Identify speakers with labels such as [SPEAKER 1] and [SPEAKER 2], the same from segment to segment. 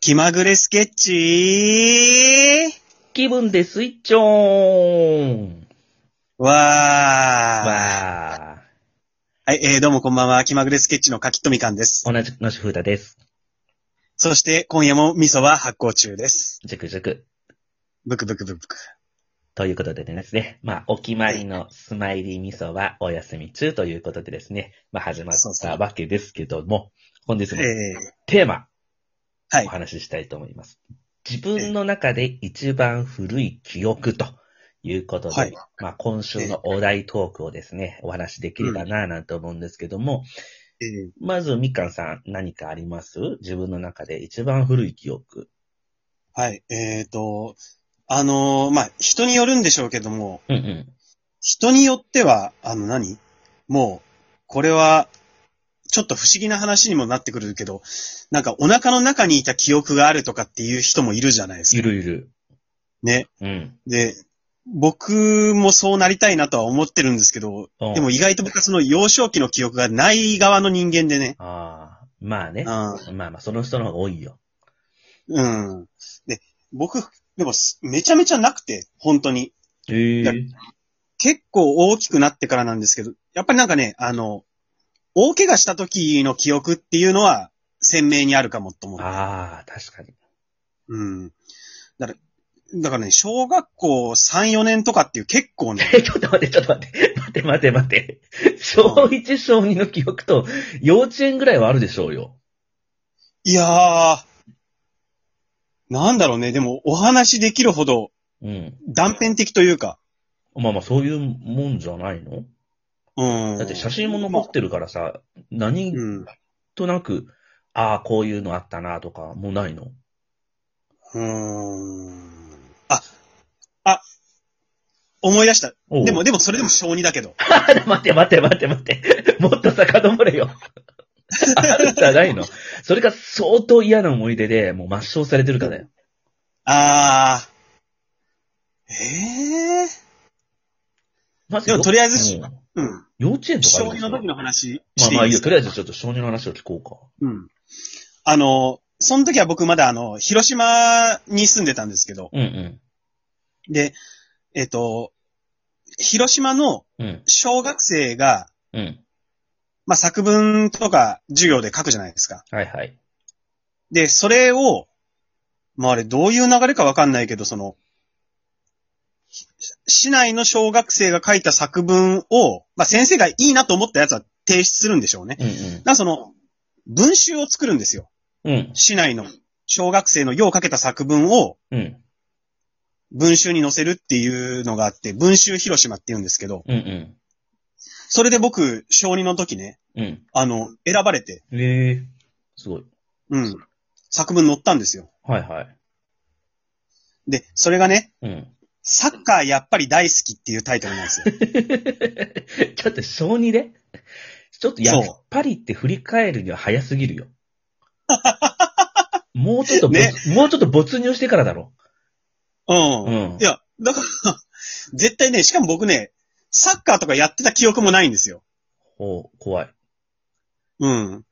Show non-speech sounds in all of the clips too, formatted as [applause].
[SPEAKER 1] 気まぐれスケッチ
[SPEAKER 2] 気分でスイッチオーン
[SPEAKER 1] わー。
[SPEAKER 2] わ
[SPEAKER 1] はい、えー、どうもこんばんは。気まぐれスケッチの柿とみかんです。
[SPEAKER 2] ー。同じのしふうたです。
[SPEAKER 1] そして、今夜も味噌は発酵中です。
[SPEAKER 2] じゅくじゅく。
[SPEAKER 1] ブクブクブクブク。
[SPEAKER 2] ということでですね、まあ、お決まりのスマイリー味噌はお休み中ということでですね、まあ、始まっ
[SPEAKER 1] そうそ
[SPEAKER 2] た
[SPEAKER 1] う
[SPEAKER 2] わけですけども、本日
[SPEAKER 1] え
[SPEAKER 2] の
[SPEAKER 1] ー、
[SPEAKER 2] テーマ、
[SPEAKER 1] はい
[SPEAKER 2] お話ししたいと思います。自分の中で一番古い記憶ということで、
[SPEAKER 1] はい
[SPEAKER 2] まあ、今週のお題トークをですね、お話しできればなぁなんて思うんですけども、
[SPEAKER 1] えー、
[SPEAKER 2] まず、みかんさん、何かあります自分の中で一番古い記憶。
[SPEAKER 1] はい、えーと、あのーまあ、人によるんでしょうけども、
[SPEAKER 2] うんうん。
[SPEAKER 1] 人によっては、あの何、もう、これは、ちょっと不思議な話にもなってくるけど、なんかお腹の中にいた記憶があるとかっていう人もいるじゃないです
[SPEAKER 2] い
[SPEAKER 1] か。
[SPEAKER 2] るいる。
[SPEAKER 1] ね。
[SPEAKER 2] うん。
[SPEAKER 1] で、僕もそうなりたいなとは思ってるんですけど、
[SPEAKER 2] うん
[SPEAKER 1] でも意外と僕はその幼少期の記憶がない側の人間でね。
[SPEAKER 2] ああ、まあね。
[SPEAKER 1] うん。
[SPEAKER 2] まあまあ、その人の方が多いよ。
[SPEAKER 1] うん。で、僕、でもすめちゃめちゃなくて、本当に。
[SPEAKER 2] ええ
[SPEAKER 1] だ結構大きくなってからなんですけど、やっぱりなんかね、あの、大怪我した時の記憶っていうのは鮮明にあるかもと思う。
[SPEAKER 2] ああ、確かに。 [laughs]
[SPEAKER 1] うん。だから、だからね、小学校3、4年とかっていう結構ね、
[SPEAKER 2] え、ちょっと待って、ちょっと待って。待って待って待って。小1、小2の記憶と、幼稚園ぐらいはあるでしょうよ。
[SPEAKER 1] いやー、なんだろうね、でもお話できるほど
[SPEAKER 2] うん。
[SPEAKER 1] 断片的というか、
[SPEAKER 2] まあまあ、そういうもんじゃないの
[SPEAKER 1] うん。
[SPEAKER 2] だって写真も残ってるからさ、何
[SPEAKER 1] うん。
[SPEAKER 2] となく、ああ、こういうのあったなとか、もうないの
[SPEAKER 1] うーん。あ、あ、思い出した。
[SPEAKER 2] おう
[SPEAKER 1] でも、でもそれでも小2だけど。
[SPEAKER 2] [laughs] 待って待って待って待って。もっと遡れよ。あんたないの。それが相当嫌な思い出で、もう抹消されてるからだよ。
[SPEAKER 1] あー。ええ
[SPEAKER 2] まず
[SPEAKER 1] でもとりあえず
[SPEAKER 2] うん
[SPEAKER 1] ー。うん。
[SPEAKER 2] 幼稚園とか
[SPEAKER 1] 小
[SPEAKER 2] ある
[SPEAKER 1] 2の時の話
[SPEAKER 2] ま
[SPEAKER 1] し
[SPEAKER 2] あ
[SPEAKER 1] てい
[SPEAKER 2] まあい
[SPEAKER 1] い
[SPEAKER 2] い
[SPEAKER 1] で
[SPEAKER 2] よ。
[SPEAKER 1] すか、
[SPEAKER 2] とりあえずちょっと少年の話を聞こうか。
[SPEAKER 1] うん。あの、その時は僕まだあの、広島に住んでたんですけど、
[SPEAKER 2] うんう
[SPEAKER 1] で、えっ、と、広島の
[SPEAKER 2] ん。うん。
[SPEAKER 1] 小学生が、
[SPEAKER 2] うん。
[SPEAKER 1] まあ、作文とか授業で書くじゃないですか。
[SPEAKER 2] はいはい。
[SPEAKER 1] で、それを、まあ、あれ、どういう流れかわかんないけど、その、し市内の小学生が書いた作文を、まあ、先生がいいなと思ったやつは提出するんでしょうね。だか
[SPEAKER 2] うん
[SPEAKER 1] らその、文集を作るんですよ。
[SPEAKER 2] うん。うん。
[SPEAKER 1] 市内の小学生のよう書けた作文を
[SPEAKER 2] うん。
[SPEAKER 1] 文集に載せるっていうのがあって、文集広島って言うんですけど、
[SPEAKER 2] うんうん。
[SPEAKER 1] それで僕、小2の時ね、
[SPEAKER 2] うん。
[SPEAKER 1] あの、選ばれて、
[SPEAKER 2] ええすごい。
[SPEAKER 1] うん、作文載ったんですよ。
[SPEAKER 2] はいはい。
[SPEAKER 1] で、それがね、
[SPEAKER 2] うん。
[SPEAKER 1] サッカーやっぱり大好きっていうタイトルなんですよ。
[SPEAKER 2] [laughs] ちょっと小2でちょっとやっぱりって振り返るには早すぎ
[SPEAKER 1] [laughs]
[SPEAKER 2] るよ。もうちょっとぼつ、
[SPEAKER 1] ね
[SPEAKER 2] もうちょっと没入してからだろ。
[SPEAKER 1] う。
[SPEAKER 2] うんん
[SPEAKER 1] い。や、だから、 [laughs] 絶対ね、しかも僕ね、サッカーとかやってた記憶もないんですよ。
[SPEAKER 2] お怖い。
[SPEAKER 1] うん。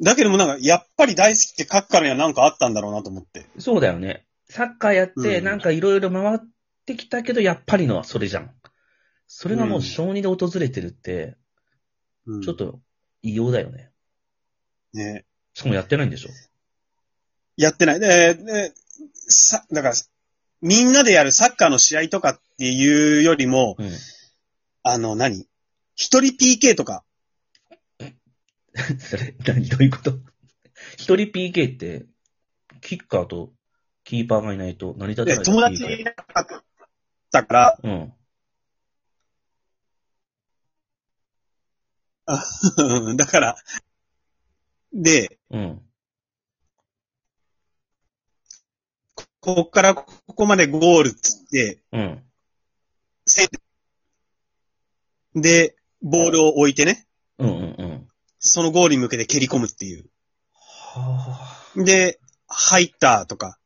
[SPEAKER 1] だけどもなんか、やっぱり大好きって書くからにはなんかあったんだろうなと思って。
[SPEAKER 2] そうだよね。サッカーやって、
[SPEAKER 1] うん
[SPEAKER 2] なんかいろいろ回ってきたけど、やっぱりのはそれじゃん。それがもう小2で訪れてるって、
[SPEAKER 1] うん、
[SPEAKER 2] ちょっと異様だよね。
[SPEAKER 1] ね。
[SPEAKER 2] しかもやってないんでしょ。
[SPEAKER 1] やってない。で、でさ、だから、みんなでやるサッカーの試合とかっていうよりも、
[SPEAKER 2] うん。
[SPEAKER 1] あの、何一人 PK とか。
[SPEAKER 2] [laughs] それ、何、どういうこと一人 PK って、キッカーとキーパーがいないと成り立た
[SPEAKER 1] で
[SPEAKER 2] ない。
[SPEAKER 1] 友達いなかったから、
[SPEAKER 2] うん。
[SPEAKER 1] うんだから、で、
[SPEAKER 2] うん。
[SPEAKER 1] ここからここまでゴールっつって、
[SPEAKER 2] うん。
[SPEAKER 1] せで、ボールを置いてね、
[SPEAKER 2] うんうんうん。
[SPEAKER 1] そのゴールに向けて蹴り込むっていう。
[SPEAKER 2] は
[SPEAKER 1] で、入ったとか。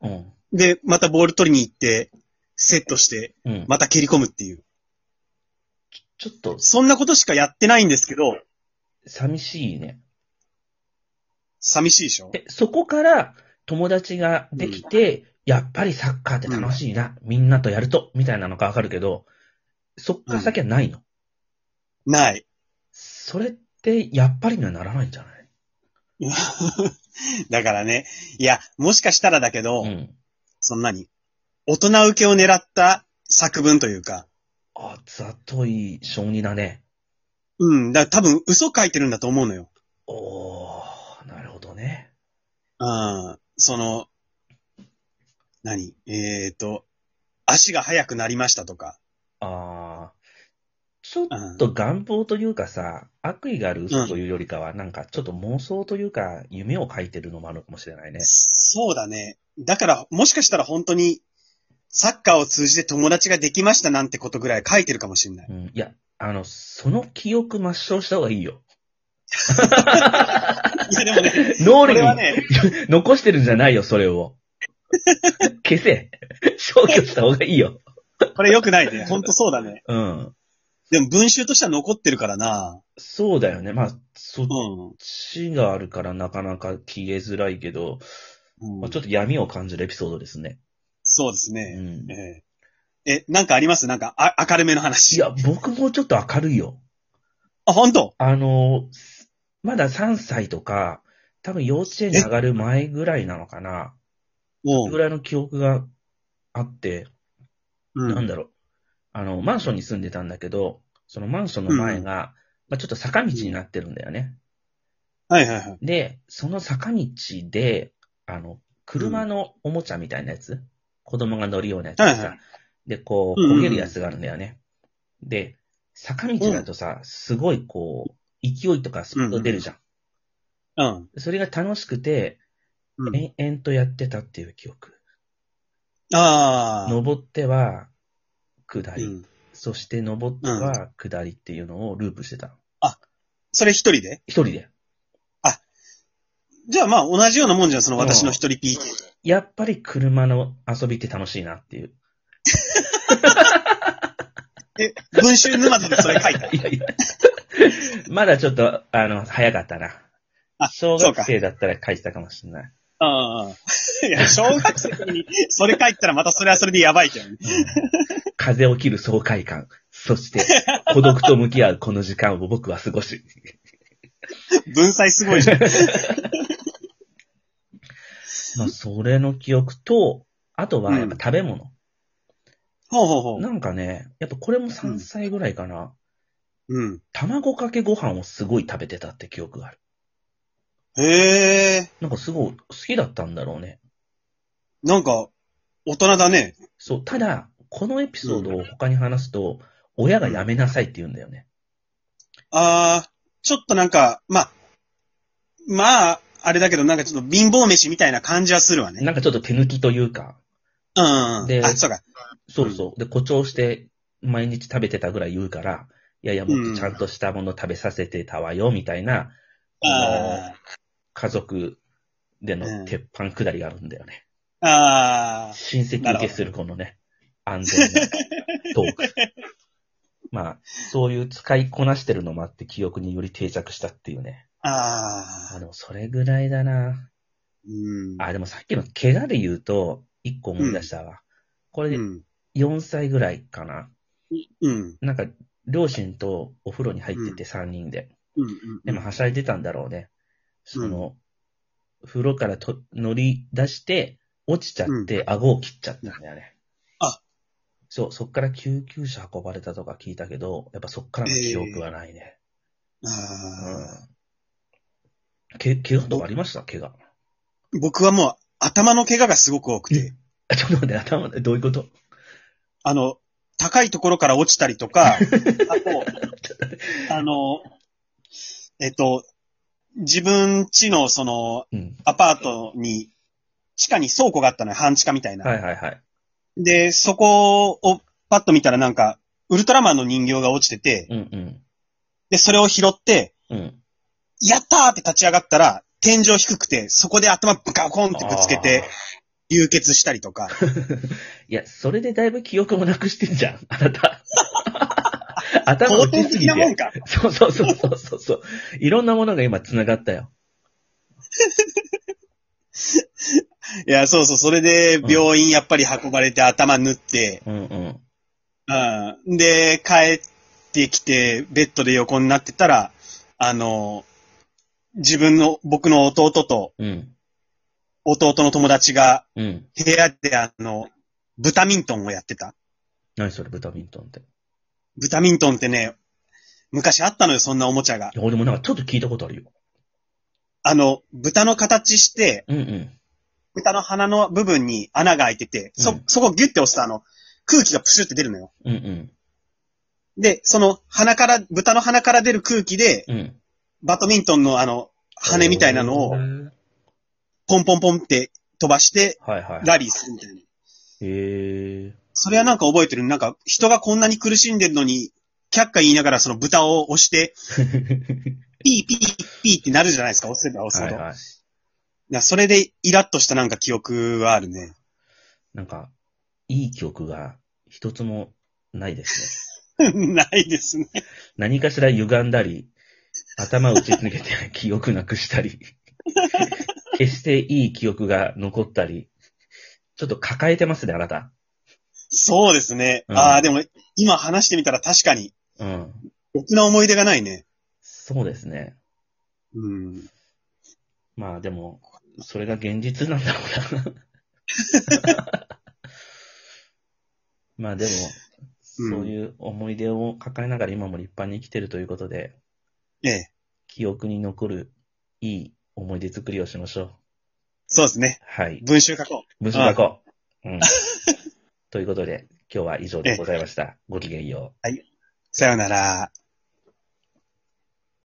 [SPEAKER 2] あ。うん。
[SPEAKER 1] で、またボール取りに行って、セットして、
[SPEAKER 2] うん。
[SPEAKER 1] また蹴り込むっていう。
[SPEAKER 2] ちょっと、
[SPEAKER 1] そんなことしかやってないんですけど、
[SPEAKER 2] 寂しいね。
[SPEAKER 1] 寂しいでしょ
[SPEAKER 2] で、そこから、友達ができて、やっぱりサッカーって楽しいな、みんなとやると、みたいなのがわかるけど、そっから先はないの。
[SPEAKER 1] ない。 [laughs]
[SPEAKER 2] それって、やっぱりにはならないんじゃない
[SPEAKER 1] だからね。いや、もしかしたらだけど、
[SPEAKER 2] うん。
[SPEAKER 1] そんなに、大人受けを狙った作文というか、
[SPEAKER 2] あ、ざとい小児だね。
[SPEAKER 1] うん、だから多分嘘書いてるんだと思うのよ。
[SPEAKER 2] おー、なるほどね。
[SPEAKER 1] うん、その、何えーと、足が速くなりましたとか。
[SPEAKER 2] あー、ちょっ
[SPEAKER 1] うん
[SPEAKER 2] と願望というかさ、悪意がある嘘というよりかは、なんかちょっと妄想というか、夢を書いてるのもあるのかもしれないね。
[SPEAKER 1] そうだね。だから、もしかしたら本当に、サッカーを通じて友達ができましたなんてことぐらい書いてるかもしれない。
[SPEAKER 2] うん、いや、あの、その記憶抹消した方がいい
[SPEAKER 1] [laughs]
[SPEAKER 2] よ。
[SPEAKER 1] いや、でもね、
[SPEAKER 2] [laughs] 脳
[SPEAKER 1] こ
[SPEAKER 2] 裏
[SPEAKER 1] れは
[SPEAKER 2] に
[SPEAKER 1] ね、
[SPEAKER 2] 残してるんじゃないよ、それ
[SPEAKER 1] [laughs]
[SPEAKER 2] を。消せ。 [laughs] 消去した方がいいよ。
[SPEAKER 1] これ良くないね。本当そうだね。
[SPEAKER 2] うん。
[SPEAKER 1] でも文集としては残ってるからな。
[SPEAKER 2] そうだよね。まあ、そっ
[SPEAKER 1] うん。
[SPEAKER 2] ちがあるからなかなか消えづらいけど、
[SPEAKER 1] う
[SPEAKER 2] まあ、
[SPEAKER 1] ん
[SPEAKER 2] ちょっと闇を感じるエピソードですね。
[SPEAKER 1] そうです
[SPEAKER 2] う
[SPEAKER 1] ね。
[SPEAKER 2] ん。い
[SPEAKER 1] えええ、なんかありますなんかあ、明るめの話。
[SPEAKER 2] や、僕もちょっと明るいよ。
[SPEAKER 1] あ、本当
[SPEAKER 2] あの、まだ3歳とか、多分幼稚園に上がる前ぐらいなのかな。
[SPEAKER 1] も
[SPEAKER 2] ぐらいの記憶があって、
[SPEAKER 1] う、
[SPEAKER 2] なん
[SPEAKER 1] だ。
[SPEAKER 2] だろう。あの、マンションに住んでたんだけど、そのマンションの前が、まあ、ちょっと坂道になってるんだよね。
[SPEAKER 1] はいはいはい。
[SPEAKER 2] で、その坂道で、あの、車のおもちゃみたいなやつ、子供が乗るようなやつがさ、
[SPEAKER 1] はいは
[SPEAKER 2] で、こう、
[SPEAKER 1] うんうん
[SPEAKER 2] 焦げるやつがあるんだよね。で、坂道だとさ、すごいこう、勢いとかスピード出るじゃん。
[SPEAKER 1] うん。
[SPEAKER 2] それが楽しくて、
[SPEAKER 1] うん、
[SPEAKER 2] 延々とやってたっていう記憶。
[SPEAKER 1] ああ。
[SPEAKER 2] 登っては、下
[SPEAKER 1] う
[SPEAKER 2] り。
[SPEAKER 1] ん。
[SPEAKER 2] そして登っては下りっていうのをループしてた。
[SPEAKER 1] それ一人で
[SPEAKER 2] 一人で。
[SPEAKER 1] じゃあまあ同じようなもんじゃん、その私の一人 PT。
[SPEAKER 2] やっぱり車の遊びって楽しいなっていう。
[SPEAKER 1] え、文集沼津でそれ
[SPEAKER 2] [laughs]
[SPEAKER 1] 書いた。
[SPEAKER 2] いやいや。 [laughs] まだちょっと、あの、早かったな。
[SPEAKER 1] あ
[SPEAKER 2] 小
[SPEAKER 1] そう
[SPEAKER 2] 学
[SPEAKER 1] か
[SPEAKER 2] 生だったら書いてたかもしれない。
[SPEAKER 1] ああ。いや、小学生にそれ書いたらまたそれはそれでやばいけどね。
[SPEAKER 2] うん風を切る爽快感。そして、孤独と向き合うこの時間を僕は過ごし。
[SPEAKER 1] 文才すごいじゃん。
[SPEAKER 2] まあ、それの記憶と、あとはやっぱ食べ物。
[SPEAKER 1] ほうほうほう。
[SPEAKER 2] なんかね、やっぱこれも3歳ぐらいかな。
[SPEAKER 1] うん。
[SPEAKER 2] 卵かけご飯をすごい食べてたって記憶がある。
[SPEAKER 1] へえ。
[SPEAKER 2] なんかすごい好きだったんだろうね。
[SPEAKER 1] なんか、大人だね。
[SPEAKER 2] そう、ただ、このエピソードを他に話すと、親がやめなさいって言うんだよね。
[SPEAKER 1] ああ、ちょっとなんか、まあ、まあ、あれだけど、なんかちょっと貧乏飯みたいな感じはするわね。
[SPEAKER 2] なんかちょっと手抜きというか、
[SPEAKER 1] うんうんうん。
[SPEAKER 2] で
[SPEAKER 1] あ、そうか。
[SPEAKER 2] そうそう。で、誇張して毎日食べてたぐらい言うから、いやいや、もっとちゃんとしたもの食べさせてたわよ、みたいな、
[SPEAKER 1] あ
[SPEAKER 2] 家族で
[SPEAKER 1] うん
[SPEAKER 2] の鉄板下りがあるんだよね。
[SPEAKER 1] あ、ああ、
[SPEAKER 2] 親戚受けするこのね、安全なトーク。まあ、そういう使いこなしてるのもあって記憶により定着したっていうね。
[SPEAKER 1] あ
[SPEAKER 2] あ、
[SPEAKER 1] あ、
[SPEAKER 2] でもそれぐらいだな。
[SPEAKER 1] うん。
[SPEAKER 2] あ、でもさっきの怪我で言うと、一個思い出したわ。こ
[SPEAKER 1] う
[SPEAKER 2] れで
[SPEAKER 1] ん。
[SPEAKER 2] 4歳ぐらいかな。
[SPEAKER 1] うん。
[SPEAKER 2] なんか、両親とお風呂に入ってて3人で。
[SPEAKER 1] うん。う
[SPEAKER 2] で
[SPEAKER 1] ん
[SPEAKER 2] もはしゃいでたんだろうね。その、風呂からと乗り出して、落ちちゃって、顎を切っちゃったんだよね。
[SPEAKER 1] あ
[SPEAKER 2] そう、そっから救急車運ばれたとか聞いたけど、やっぱそっからの記憶はないね。
[SPEAKER 1] あ
[SPEAKER 2] うん。け、怪我とかありました怪我。 [laughs]
[SPEAKER 1] ー僕はもう頭の怪我がすごく多くて、
[SPEAKER 2] あちょっと待って、頭、どういうこと
[SPEAKER 1] あの、高いところから落ちたりと
[SPEAKER 2] [laughs]
[SPEAKER 1] か、あと、あの、えっと、自分家のその、
[SPEAKER 2] うん。
[SPEAKER 1] アパートに、地下に倉庫があったのよ、半地下みたいな。
[SPEAKER 2] はいはいはい。
[SPEAKER 1] で、そこをパッと見たらなんか、ウルトラマンの人形が落ちてて、
[SPEAKER 2] うんうん。
[SPEAKER 1] で、それを拾って、
[SPEAKER 2] うん。
[SPEAKER 1] やったーって立ち上がったら、天井低くて、そこで頭ブカコンってぶつけて、流血したりとか。
[SPEAKER 2] いや、それでだいぶ記憶もなくしてんじゃん、あ
[SPEAKER 1] [laughs]
[SPEAKER 2] なた。頭
[SPEAKER 1] 後
[SPEAKER 2] 落ち
[SPEAKER 1] 天
[SPEAKER 2] す
[SPEAKER 1] 的
[SPEAKER 2] ぎ
[SPEAKER 1] なもん
[SPEAKER 2] て。
[SPEAKER 1] か。
[SPEAKER 2] そうそうそうそうそうそう。いろんなものが今繋がったよ。
[SPEAKER 1] いや、そうそう、それで病院やっぱり運ばれて頭縫って、
[SPEAKER 2] うんうん。
[SPEAKER 1] うん。で、帰ってきて、ベッドで横になってたら、あの、自分の、僕の弟と
[SPEAKER 2] うん。
[SPEAKER 1] 弟の友達が
[SPEAKER 2] うん。
[SPEAKER 1] 部屋であの、豚ミントンをやってた。
[SPEAKER 2] 何それ、ブタミントンって。
[SPEAKER 1] 豚ミントンってね、昔あったのよ、そんなおもちゃが。
[SPEAKER 2] いや、俺もなんかちょっと聞いたことあるよ。
[SPEAKER 1] あの、豚の形して、
[SPEAKER 2] うんうん。
[SPEAKER 1] 豚の鼻の部分に穴が開いてて、
[SPEAKER 2] う
[SPEAKER 1] そ
[SPEAKER 2] ん、
[SPEAKER 1] そこギュッて押すとあの、空気がプシュって出るのよ。
[SPEAKER 2] うんうん。
[SPEAKER 1] で、その鼻から、豚の鼻から出る空気で、
[SPEAKER 2] うん。
[SPEAKER 1] バドミントンのあの、羽みたいなの
[SPEAKER 2] へ
[SPEAKER 1] を、
[SPEAKER 2] ー
[SPEAKER 1] ポンポンポンって飛ばして、
[SPEAKER 2] はいはい。
[SPEAKER 1] ラリーするみたいな。
[SPEAKER 2] へえ。
[SPEAKER 1] それはなんか覚えてる。なんか、人がこんなに苦しんでるのに、却下言いながらその豚を押して、ピーピーピーってなるじゃないですか、押せば押すほ
[SPEAKER 2] はい
[SPEAKER 1] ど。
[SPEAKER 2] はい。
[SPEAKER 1] いや、それでイラッとしたなんか記憶はあるね。 [laughs]
[SPEAKER 2] なんか、いい記憶が一つもないです
[SPEAKER 1] ないですね。
[SPEAKER 2] ね。何かしら歪んだり、頭打ち抜けて記憶なくした
[SPEAKER 1] [laughs]
[SPEAKER 2] り、決していい記憶が残ったり、ちょっと抱えてますね、あなた。
[SPEAKER 1] そうですね。
[SPEAKER 2] うん
[SPEAKER 1] ああ、でも今話してみたら確かに、
[SPEAKER 2] うん。
[SPEAKER 1] ろくな思い出がないね。
[SPEAKER 2] そうですね。
[SPEAKER 1] うん。
[SPEAKER 2] まあでも、それが現実なんだろうな。 [laughs] まあでも、
[SPEAKER 1] うん
[SPEAKER 2] そういう思い出を抱えながら今も立派に生きてるということで、
[SPEAKER 1] ええ。
[SPEAKER 2] 記憶に残るいい思い出作りをしましょう。
[SPEAKER 1] そうですね。
[SPEAKER 2] はい。
[SPEAKER 1] 文集書こ
[SPEAKER 2] 文章書こう。うん。ということで、今日は以上でございました。ごきげんよう。
[SPEAKER 1] う。さようなら。